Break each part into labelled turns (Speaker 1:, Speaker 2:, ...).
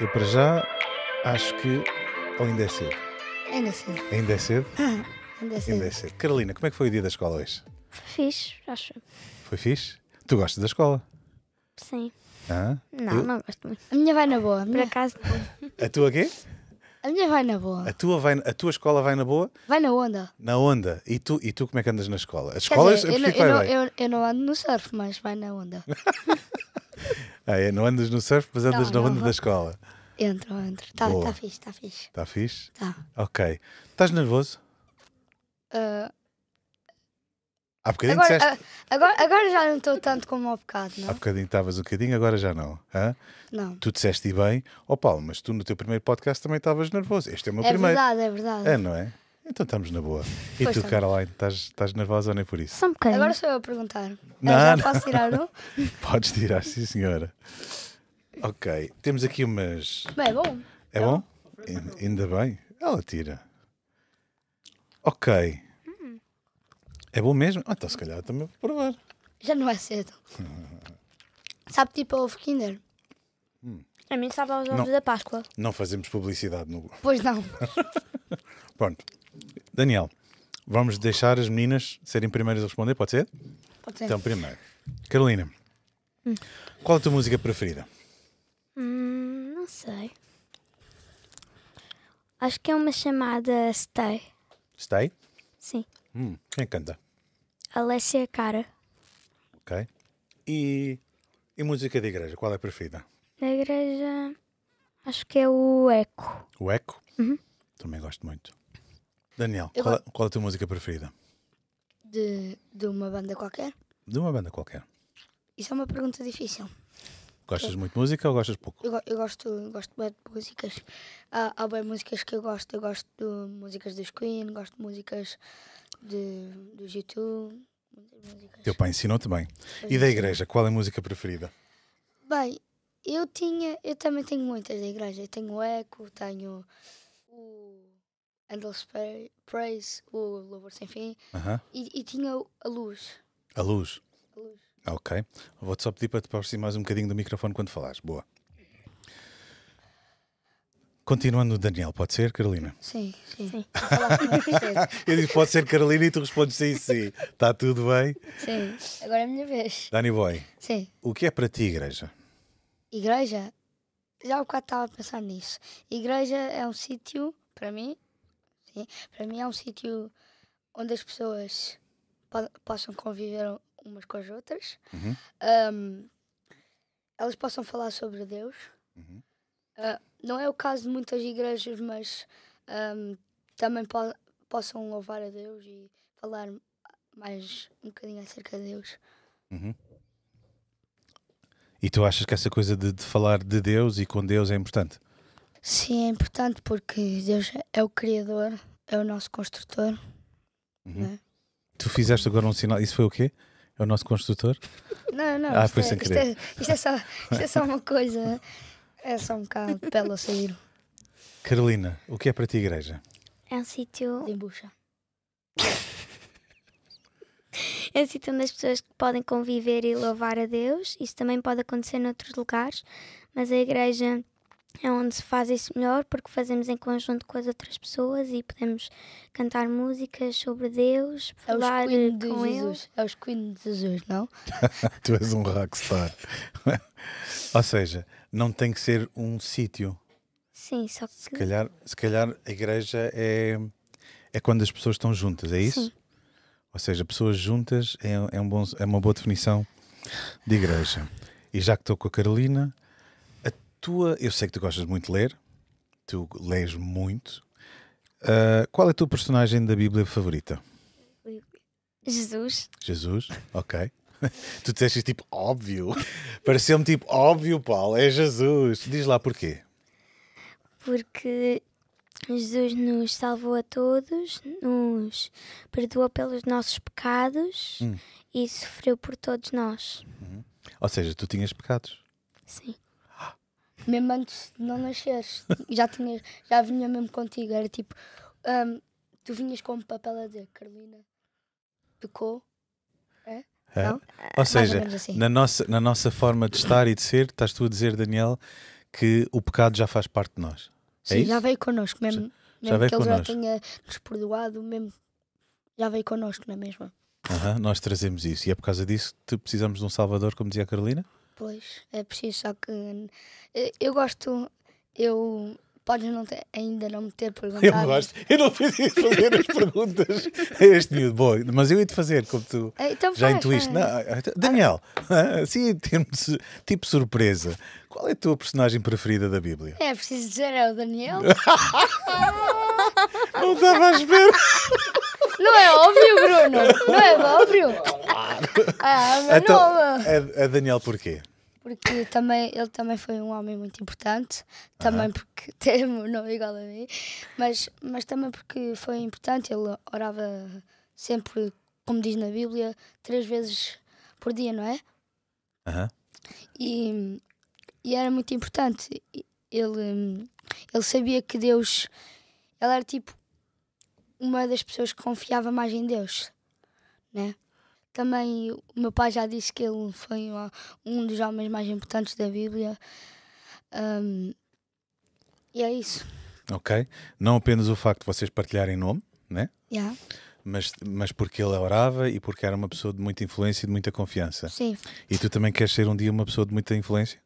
Speaker 1: Eu para já acho que ou ainda é cedo.
Speaker 2: Ainda cedo.
Speaker 1: Ainda é cedo?
Speaker 2: Ainda cedo.
Speaker 1: Ainda é cedo. Carolina, como é que foi o dia da escola hoje?
Speaker 2: Fiz, acho.
Speaker 1: Foi fixe? Tu gostas da escola?
Speaker 2: Sim.
Speaker 1: Hã?
Speaker 2: Não, não gosto muito.
Speaker 3: A minha vai na boa. A
Speaker 2: Por
Speaker 3: minha,
Speaker 2: acaso,
Speaker 1: A tua quê?
Speaker 3: a minha vai na boa.
Speaker 1: A tua, vai, a tua escola vai na boa?
Speaker 3: Vai na onda.
Speaker 1: Na onda. E tu, e tu como é que andas na escola? A
Speaker 3: Quer
Speaker 1: escola
Speaker 3: dizer, eu,
Speaker 1: eu
Speaker 3: não,
Speaker 1: prefiro que
Speaker 3: eu, não,
Speaker 1: vai bem.
Speaker 3: eu, eu não ando no surf, mas vai na onda.
Speaker 1: Ah, é, não andas no surf, mas andas
Speaker 3: Não,
Speaker 1: na
Speaker 3: não.
Speaker 1: onda da escola.
Speaker 3: Entro, entro. Está
Speaker 1: Boa.
Speaker 3: tá fixe, está fixe.
Speaker 1: Está fixe?
Speaker 3: Tá.
Speaker 1: Ok. Estás nervoso?
Speaker 3: Ah,
Speaker 1: Há bocadinho
Speaker 3: agora,
Speaker 1: disseste.
Speaker 3: ah, agora, agora já não estou tanto como ao bocado,
Speaker 1: Há
Speaker 3: não?
Speaker 1: bocadinho estavas um bocadinho, agora já não. Hã?
Speaker 3: Não.
Speaker 1: Tu disseste e bem, ó Paulo, mas tu no teu primeiro podcast também estavas nervoso. Este é o meu
Speaker 3: É
Speaker 1: primeiro.
Speaker 3: verdade, é verdade.
Speaker 1: É, não é? Então estamos na boa. E
Speaker 3: Pois
Speaker 1: tu,
Speaker 3: estamos.
Speaker 1: Caroline, estás, estás nervosa ou nem por isso?
Speaker 2: só um bocadinho.
Speaker 3: Agora sou eu a perguntar. Eu
Speaker 1: Não,
Speaker 3: já
Speaker 1: não.
Speaker 3: posso tirar um?
Speaker 1: Podes tirar, sim, senhora. Ok, temos aqui umas.
Speaker 3: Bem, bom.
Speaker 1: É bom? Ain- Ainda bem. Ela tira. Ok. É bom mesmo? Ah, então se calhar também vou provar.
Speaker 3: Já não é cedo. Sabe tipo ovo Kinder?
Speaker 2: A mim sabe aos ovos
Speaker 1: Não.
Speaker 2: da Páscoa.
Speaker 1: Não fazemos publicidade no.
Speaker 3: Pois não.
Speaker 1: Pronto. Daniel, vamos deixar as meninas serem primeiras a responder, pode ser?
Speaker 3: É. Pode ser.
Speaker 1: Então, primeiro. Carolina,
Speaker 3: Hum.
Speaker 1: qual a tua música preferida?
Speaker 2: Hum, não sei. Acho que é uma chamada Stay.
Speaker 1: Stay?
Speaker 2: Sim.
Speaker 1: Hum, quem canta?
Speaker 2: Alessia Cara.
Speaker 1: Ok. E, e música de igreja, qual é a preferida?
Speaker 2: Na igreja. Acho que é o Eco.
Speaker 1: O Eco? Também gosto muito. Daniel,
Speaker 3: Eu
Speaker 1: qual, é- qual é a tua música preferida?
Speaker 3: De, de uma banda qualquer?
Speaker 1: De uma banda qualquer.
Speaker 3: Isso é uma pergunta difícil.
Speaker 1: Gostas muito de música ou gostas pouco?
Speaker 3: Eu, go- eu gosto, eu gosto bem de músicas. Há, há bem músicas que eu gosto. Eu gosto de músicas dos Queen, gosto de músicas de, do YouTube. muitas músicas.
Speaker 1: Teu pai ensinou-te bem. E da igreja, qual é a música preferida?
Speaker 3: Bem, eu tinha, eu também tenho muitas da igreja. Eu tenho o Echo, tenho o Endless Pra- Praise, o Louvor Sem Fim
Speaker 1: Aham.
Speaker 3: e, e tinha o- a luz.
Speaker 1: A luz.
Speaker 3: A luz.
Speaker 1: Ok. Vou-te só pedir para te aproximares um bocadinho do microfone quando falares. Boa. Continuando o Daniel, pode ser, Carolina?
Speaker 3: Sim, sim.
Speaker 2: Sim.
Speaker 3: Vou falar com vocês.
Speaker 1: Eu disse, pode ser, Carolina, e tu respondes sim, sim. Está tudo bem?
Speaker 3: sim, agora é a minha vez.
Speaker 1: Danny Boy,
Speaker 3: Sim.
Speaker 1: o que é para ti igreja?
Speaker 3: Igreja? Já há bocado estava a pensar nisso. Igreja é um sítio, para mim, sim, para mim é um sítio onde as pessoas po- possam conviver umas com as outras,
Speaker 1: Uhum.
Speaker 3: Ahm, elas possam falar sobre Deus.
Speaker 1: Uhum.
Speaker 3: Ah, não é o caso de muitas igrejas, mas ahm, também po- possam louvar a Deus e falar mais um bocadinho acerca de Deus.
Speaker 1: Uhum. E tu achas que essa coisa de, de falar de Deus e com Deus é importante?
Speaker 3: Sim, é importante porque Deus é o Criador, é o nosso construtor.
Speaker 1: Tu fizeste agora um sinal, isso foi o quê? É o nosso construtor?
Speaker 3: Não, não,
Speaker 1: Ah,
Speaker 3: isto,
Speaker 1: foi
Speaker 3: é,
Speaker 1: sem
Speaker 3: isto, é,
Speaker 1: querer.
Speaker 3: isto é só, isto é só uma coisa. É só um bocado de pele a sair
Speaker 1: Carolina, o que é para ti igreja?
Speaker 2: É um sítio.
Speaker 3: de embucha.
Speaker 2: É um sítio onde as pessoas podem conviver e louvar a Deus. Isso também pode acontecer noutros lugares. Mas a igreja é onde se faz isso melhor porque fazemos em conjunto com as outras pessoas e podemos cantar músicas sobre Deus,
Speaker 3: É os
Speaker 2: falar
Speaker 3: Queen de
Speaker 2: com Ele.
Speaker 3: Jesus. É os Queen de Jesus, não?
Speaker 1: Tu és um rockstar. Ou seja, não tem que ser um sítio.
Speaker 2: Sim, só que.
Speaker 1: Se calhar, se calhar a igreja é, é quando as pessoas estão juntas, é isso?
Speaker 2: Sim.
Speaker 1: Ou seja, pessoas juntas é, é um bom, é uma boa definição de igreja. E já que estou com a Carolina, a tua. Eu sei que tu gostas muito de ler, tu lês muito. Ah, qual é a tua personagem da Bíblia favorita?
Speaker 2: Jesus.
Speaker 1: Jesus, ok. tu disseste isso, tipo óbvio. Pareceu-me tipo óbvio, Paulo, é Jesus. Diz lá porquê.
Speaker 2: porque Jesus nos salvou a todos, nos perdoou pelos nossos pecados
Speaker 1: Hum.
Speaker 2: e sofreu por todos nós.
Speaker 1: Ou seja, tu tinhas pecados.
Speaker 2: Sim.
Speaker 3: Mesmo antes de não nasceres, já, tinhas, já vinha mesmo contigo. Era tipo, ahm, tu vinhas com um papel a dizer: Carolina pecou.
Speaker 1: É?
Speaker 3: Não?
Speaker 1: Ou é
Speaker 3: ou
Speaker 1: seja,
Speaker 3: menos assim.
Speaker 1: na, nossa, na nossa forma de estar e de ser, estás tu a dizer, Daniel, que o pecado já faz parte de nós.
Speaker 3: Sim,
Speaker 1: é isso?
Speaker 3: já veio connosco, mesmo,
Speaker 1: já
Speaker 3: mesmo
Speaker 1: veio
Speaker 3: que ele
Speaker 1: connosco.
Speaker 3: já tenha nos perdoado, mesmo já veio connosco, não é mesmo?
Speaker 1: Aham, nós trazemos isso e é por causa disso que precisamos de um Salvador, como dizia a Carolina.
Speaker 3: Pois, é preciso, só que hum, eu, eu gosto, eu podes não ter, ainda não me ter perguntado.
Speaker 1: eu não preciso fazer as perguntas a este miúdo. Bom, mas eu ia te fazer, como tu
Speaker 3: Eh, Então
Speaker 1: já
Speaker 3: faz,
Speaker 1: intuíste.
Speaker 3: faz.
Speaker 1: É, Não, ah, ah, Daniel, ah, assim em termos de- tipo surpresa, qual é a tua personagem preferida da Bíblia?
Speaker 3: É preciso dizer, é o Daniel.
Speaker 1: Não estava à espera.
Speaker 3: não é óbvio, Bruno, não é óbvio. Ah, mas
Speaker 1: Então,
Speaker 3: não,
Speaker 1: a, a Daniel porquê?
Speaker 3: Porque também, ele também foi um homem muito importante, também porque tem um nome igual a mim, mas, mas também porque foi importante, ele orava sempre, como diz na Bíblia, três vezes por dia, não é?
Speaker 1: Aham.
Speaker 3: E, e era muito importante. E- Ele, hum, ele sabia que Deus, ele era tipo uma das pessoas que confiava mais em Deus, né? Também o meu pai já disse que ele foi um- um dos homens mais importantes da Bíblia. Hum, e é isso.
Speaker 1: Ok. Não apenas o facto de vocês partilharem nome, né?
Speaker 3: Yeah.
Speaker 1: mas, mas porque ele orava e porque era uma pessoa de muita influência e de muita confiança.
Speaker 3: Sim,
Speaker 1: E tu também queres ser um dia uma pessoa de muita influência?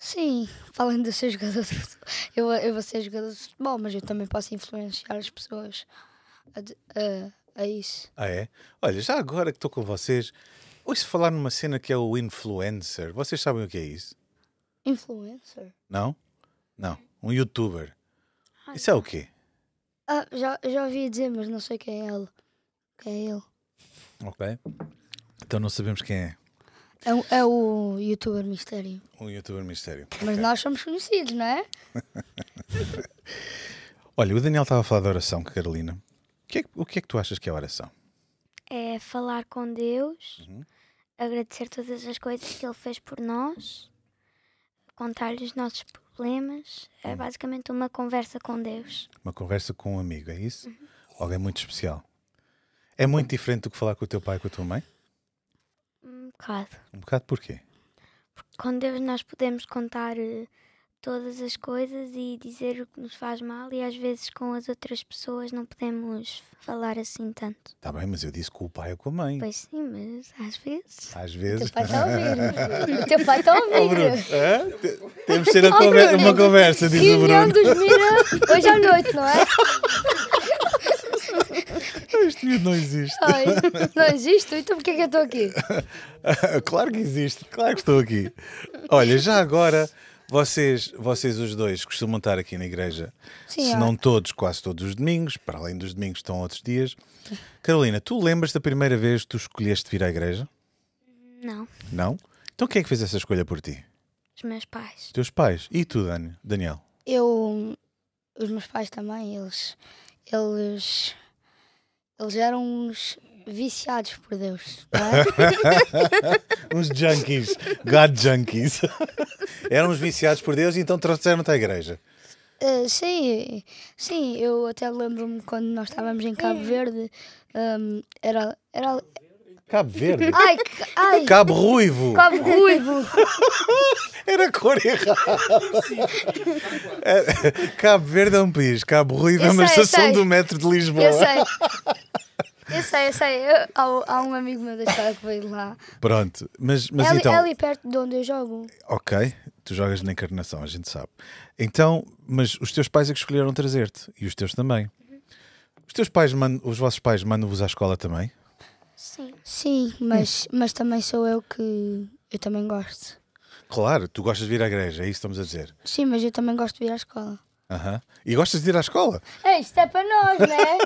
Speaker 3: sim. Falando de ser jogador de futebol, eu, eu vou ser jogador de futebol, mas eu também posso influenciar as pessoas a de- a- a isso.
Speaker 1: Ah, é? Olha, já agora que estou com vocês, ouço falar numa cena que é o influencer. Vocês sabem o que é isso?
Speaker 3: Influencer?
Speaker 1: Não? Não. Um youtuber. Isso é o quê?
Speaker 3: Ah, já, já ouvi dizer, mas não sei quem é ele. Quem é ele?
Speaker 1: Ok. Então não sabemos quem é
Speaker 3: É, o- é o youtuber mistério.
Speaker 1: um youtuber mistério.
Speaker 3: Mas nós somos conhecidos, não é?
Speaker 1: Olha, o Daniel estava a falar da oração, Carolina. O que, é, que- o que é que tu achas que é a oração?
Speaker 2: É falar com Deus, agradecer todas as coisas que Ele fez por nós, contar-lhe os nossos problemas. É basicamente uma conversa com Deus.
Speaker 1: Uma conversa com um amigo, é
Speaker 3: Uhum.
Speaker 1: isso? Alguém muito especial. É muito diferente do que falar com o teu pai e com a tua mãe?
Speaker 2: Um bocado.
Speaker 1: Um bocado porquê?
Speaker 2: Com Deus nós podemos contar eh, todas as coisas e dizer o que nos faz mal e às vezes com as outras pessoas não podemos falar assim tanto.
Speaker 1: Está Tá bem, mas eu disse com o pai ou com a mãe.
Speaker 2: Pois sim, mas às vezes.
Speaker 1: Às
Speaker 3: O
Speaker 1: vezes.
Speaker 3: teu pai está a ouvir. O teu pai tá está a
Speaker 1: Oh, Bruno,
Speaker 3: ouvir.
Speaker 1: hã? Te- Temos de ter a
Speaker 3: Oh,
Speaker 1: conver-
Speaker 3: Bruno, é
Speaker 1: uma conversa, diz o
Speaker 3: Reunião
Speaker 1: Bruno.
Speaker 3: dos Mira hoje à noite, não é? um
Speaker 1: Este miúdo não existe.
Speaker 3: Ai, não existe? Então porquê que eu estou aqui?
Speaker 1: claro que existe, claro que estou aqui. Olha, já agora, vocês, vocês os dois costumam estar aqui na igreja.
Speaker 3: Sim,
Speaker 1: Se
Speaker 3: ó.
Speaker 1: não todos, quase todos os domingos. Para além dos domingos, estão outros dias. Carolina, tu lembras da primeira vez que tu escolheste vir à igreja?
Speaker 2: Não,
Speaker 1: Não? Então quem é que fez essa escolha por ti?
Speaker 2: os meus pais.
Speaker 1: Teus pais? E tu, Dan- Daniel?
Speaker 3: Eu. Os meus pais também, eles. Eles. Eles eram uns viciados por Deus, não é?
Speaker 1: Uns junkies, God junkies. Eram uns viciados por Deus e então trouxeram-te à igreja.
Speaker 3: Uh, sim, sim, eu até lembro-me quando nós estávamos em Cabo Verde. um, era, era.
Speaker 1: Cabo Verde.
Speaker 3: Ai, que- ai
Speaker 1: Cabo Ruivo.
Speaker 3: Ah, Cabo Ruivo!
Speaker 1: Era a cor errada. É, Cabo Verde é um país. Cabo Ruivo é
Speaker 3: Eu
Speaker 1: uma
Speaker 3: sei, eu
Speaker 1: estação
Speaker 3: sei.
Speaker 1: do metro de
Speaker 3: Eu
Speaker 1: Lisboa.
Speaker 3: sei. Eu sei, eu sei. Eu- há, há um amigo meu da escola que veio lá.
Speaker 1: Pronto, mas,
Speaker 3: É
Speaker 1: mas
Speaker 3: ali,
Speaker 1: então.
Speaker 3: é ali perto de onde eu jogo.
Speaker 1: Ok, tu jogas na encarnação, a gente sabe. Então, mas os teus pais é que escolheram trazer-te e os teus também. Os teus pais, mandam, os vossos pais mandam-vos à escola também?
Speaker 2: Sim.
Speaker 3: Sim, Hum. mas, mas também sou eu que. Eu também gosto.
Speaker 1: Claro, tu gostas de vir à igreja, é isso que estamos a dizer.
Speaker 3: Sim, mas eu também gosto de ir à escola.
Speaker 1: Aham. E gostas de ir à escola?
Speaker 3: Ei, isto é para nós, não é?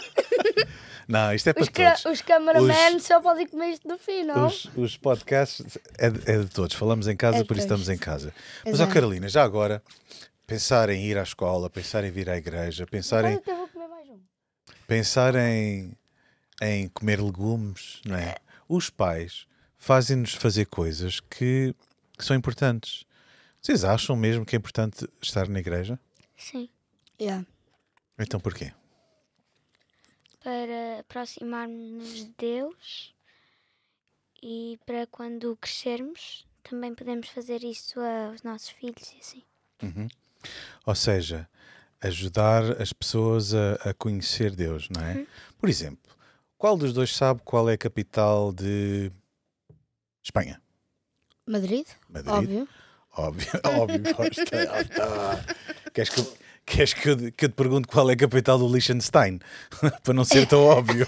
Speaker 1: Não, isto é para
Speaker 3: Os, cra-
Speaker 1: todos.
Speaker 3: os cameramen só podem comer isto no fim, não?
Speaker 1: Os, os podcasts é de, é de todos. Falamos em casa,
Speaker 3: É de
Speaker 1: por isso
Speaker 3: todos. É
Speaker 1: estamos em casa. Mas, ó
Speaker 3: Exato.
Speaker 1: Carolina, já agora, pensar em ir à escola, pensar em vir à igreja, pensar
Speaker 3: Olha,
Speaker 1: em,
Speaker 3: até vou comer mais um.
Speaker 1: pensar em, em comer legumes, não é? Os pais fazem-nos fazer coisas que, que são importantes. Vocês acham mesmo que é importante estar na igreja?
Speaker 2: Sim.
Speaker 3: Yeah.
Speaker 1: Então porquê?
Speaker 2: Para aproximarmos-nos de Deus e para quando crescermos também podemos fazer isso aos nossos filhos e assim.
Speaker 1: Ou seja, ajudar as pessoas a, a conhecer Deus, não é? Por exemplo, qual dos dois sabe qual é a capital de Espanha?
Speaker 3: Madrid,
Speaker 1: Madrid.
Speaker 3: óbvio.
Speaker 1: Óbvio, óbvio. Costa, lá está. Queres, que, eu- queres que, eu, que eu te pergunte qual é a capital do Liechtenstein? Para não ser tão óbvio.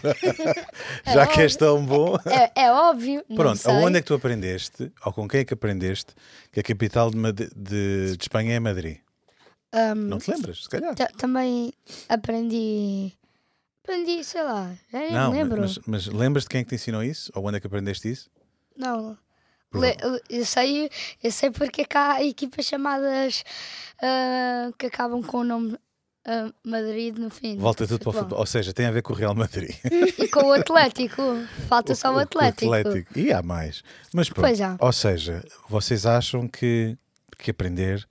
Speaker 1: Já que és tão bom.
Speaker 3: É, é óbvio. não
Speaker 1: Pronto,
Speaker 3: sei.
Speaker 1: aonde é que tu aprendeste, ou com quem é que aprendeste, que a capital de, Mad- de- de Espanha é Madrid?
Speaker 3: Ahm,
Speaker 1: Não te lembras, se calhar.
Speaker 3: Hum, ta- também aprendi. Aprendi, sei lá, já nem
Speaker 1: Não,
Speaker 3: me lembro.
Speaker 1: mas, mas lembras de quem é que te ensinou isso? Ou onde é que aprendeste isso?
Speaker 3: Não. Le- eu, sei, eu sei porque é que há equipas chamadas ah, que acabam com o nome ah, Madrid no fim.
Speaker 1: Volta tudo para o
Speaker 3: Futebol.
Speaker 1: futebol. Ou seja, tem a ver com o Real Madrid.
Speaker 3: E com o Atlético. Falta só o, Atlético.
Speaker 1: Atlético. E há mais. Mas pronto.
Speaker 3: Pois é. há.
Speaker 1: Ou seja, vocês acham que, que aprender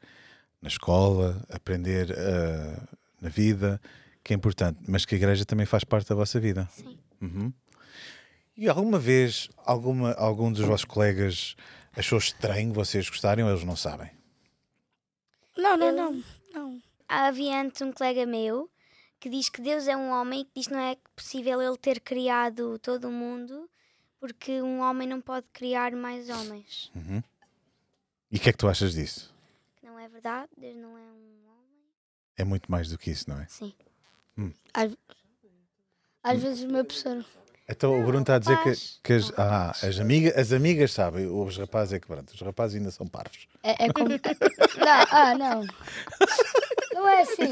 Speaker 1: na escola, aprender ah, na vida, que é importante, mas que a igreja também faz parte da vossa vida?
Speaker 2: Sim.
Speaker 1: Uhum. E alguma vez alguma, algum dos vossos colegas achou estranho vocês gostarem ou eles não sabem?
Speaker 3: Não, não, não. não.
Speaker 2: Havia antes um colega meu que diz que Deus é um homem e que diz que não é possível ele ter criado todo o mundo porque um homem não pode criar mais homens.
Speaker 1: E o que é que tu achas disso?
Speaker 2: Que não é verdade, Deus não é um homem.
Speaker 1: É muito mais do que isso, não é?
Speaker 2: Sim.
Speaker 3: Às vezes o meu professor.
Speaker 1: Então o Bruno está a dizer que,
Speaker 2: rapaz.
Speaker 1: que as, ah, as, amiga, as amigas sabem, os rapazes é que pronto, os rapazes ainda são parvos.
Speaker 3: É, é como. não, ah, não. Não é assim.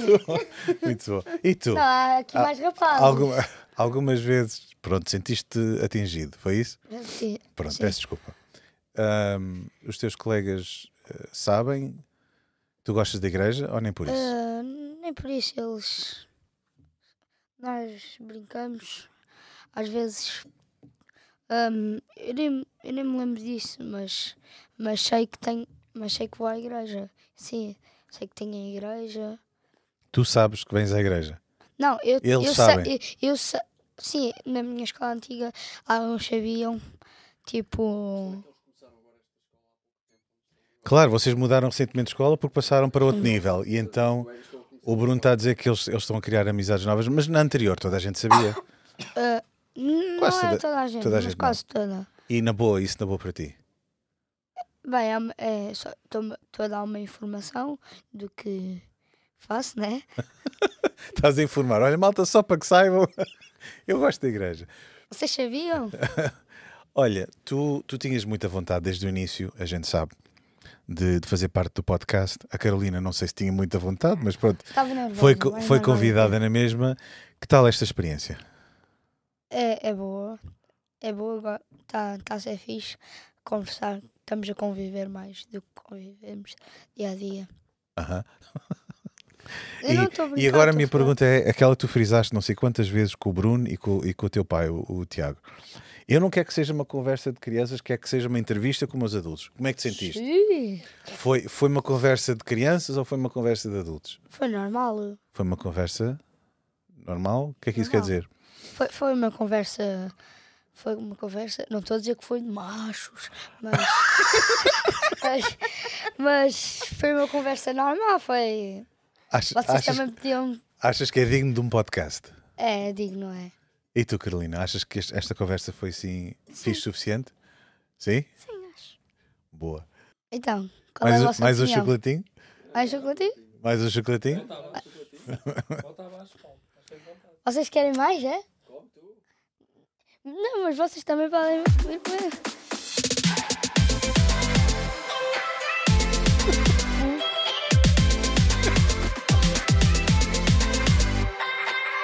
Speaker 1: Muito bom. E tu?
Speaker 3: Não, há aqui mais rapazes.
Speaker 1: Ah, Alguma- algumas vezes, pronto, sentiste atingido, foi isso?
Speaker 3: Sim.
Speaker 1: Pronto,
Speaker 3: Sim.
Speaker 1: peço desculpa. Ahm, os teus colegas eh, sabem? Tu gostas da igreja ou nem por isso?
Speaker 3: Ah, nem por isso eles. Nós brincamos. Às vezes. ahm, eu, nem, eu nem me lembro disso, mas, mas sei que tenho. Mas sei que vou à igreja. Sim, sei que tenho a igreja.
Speaker 1: Tu sabes que vens à igreja.
Speaker 3: Não, eu,
Speaker 1: Eles
Speaker 3: eu
Speaker 1: sabem.
Speaker 3: sei. Eu, eu sei- Sim, na minha escola antiga alguns sabiam. Tipo.
Speaker 1: Claro, vocês mudaram recentemente de escola porque passaram para outro nível. E então o Bruno está a dizer que eles, eles estão a criar amizades novas, mas na anterior toda a gente sabia.
Speaker 3: n- Não
Speaker 1: Quase
Speaker 3: é
Speaker 1: toda-
Speaker 3: toda a gente,
Speaker 1: toda a
Speaker 3: mas
Speaker 1: gente não.
Speaker 3: quase toda.
Speaker 1: E na boa, isso na boa para ti.
Speaker 3: Bem, é uma- é, só estou a dar uma informação do que faço, né?
Speaker 1: Estás a informar. Olha, malta, só para que saibam, eu gosto da igreja.
Speaker 3: Vocês sabiam?
Speaker 1: Olha, tu, tu tinhas muita vontade desde o início, a gente sabe, de, de fazer parte do podcast. A Carolina, não sei se tinha muita vontade, mas pronto,
Speaker 3: Estava nervosa.
Speaker 1: foi, co-
Speaker 3: mas
Speaker 1: foi
Speaker 3: não é vai.
Speaker 1: convidada na mesma. Que tal esta experiência?
Speaker 3: É, é boa. É boa, está tá a ser fixe conversar. Estamos a conviver mais do que convivemos dia a dia.
Speaker 1: Aham.
Speaker 3: Eu não estou a
Speaker 1: E, e
Speaker 3: brincar,
Speaker 1: agora a
Speaker 3: tô
Speaker 1: minha
Speaker 3: a falar.
Speaker 1: pergunta é aquela que tu frisaste não sei quantas vezes com o Bruno e com, e com o teu pai, o, o Tiago. Eu não quero que seja uma conversa de crianças, quero que seja uma entrevista com meus adultos. Como é que te sentiste?
Speaker 3: Ih,
Speaker 1: Foi, foi uma conversa de crianças ou foi uma conversa de adultos?
Speaker 3: Foi normal.
Speaker 1: Foi uma conversa normal? O que é que isso quer
Speaker 3: Normal.
Speaker 1: dizer?
Speaker 3: Foi, foi uma conversa. Foi uma conversa. Não estou a dizer que foi de machos, mas. mas, mas foi uma conversa normal. Foi.
Speaker 1: Ach-
Speaker 3: Vocês
Speaker 1: achas,
Speaker 3: também podiam.
Speaker 1: achas que é digno de um podcast?
Speaker 3: É, digo, não é?
Speaker 1: E tu, Carolina, achas que este- esta conversa foi assim fixe o suficiente? Sim?
Speaker 2: Sim, acho.
Speaker 1: Boa.
Speaker 3: Então, qual
Speaker 1: Mais,
Speaker 3: é a
Speaker 1: um-
Speaker 3: vossa
Speaker 1: mais um
Speaker 3: opinião?
Speaker 1: chocolatinho?
Speaker 3: Mais chocolate?
Speaker 1: Mais um chocolatinho?
Speaker 3: Vocês querem mais, é? Não, mas vocês também podem. vir comer.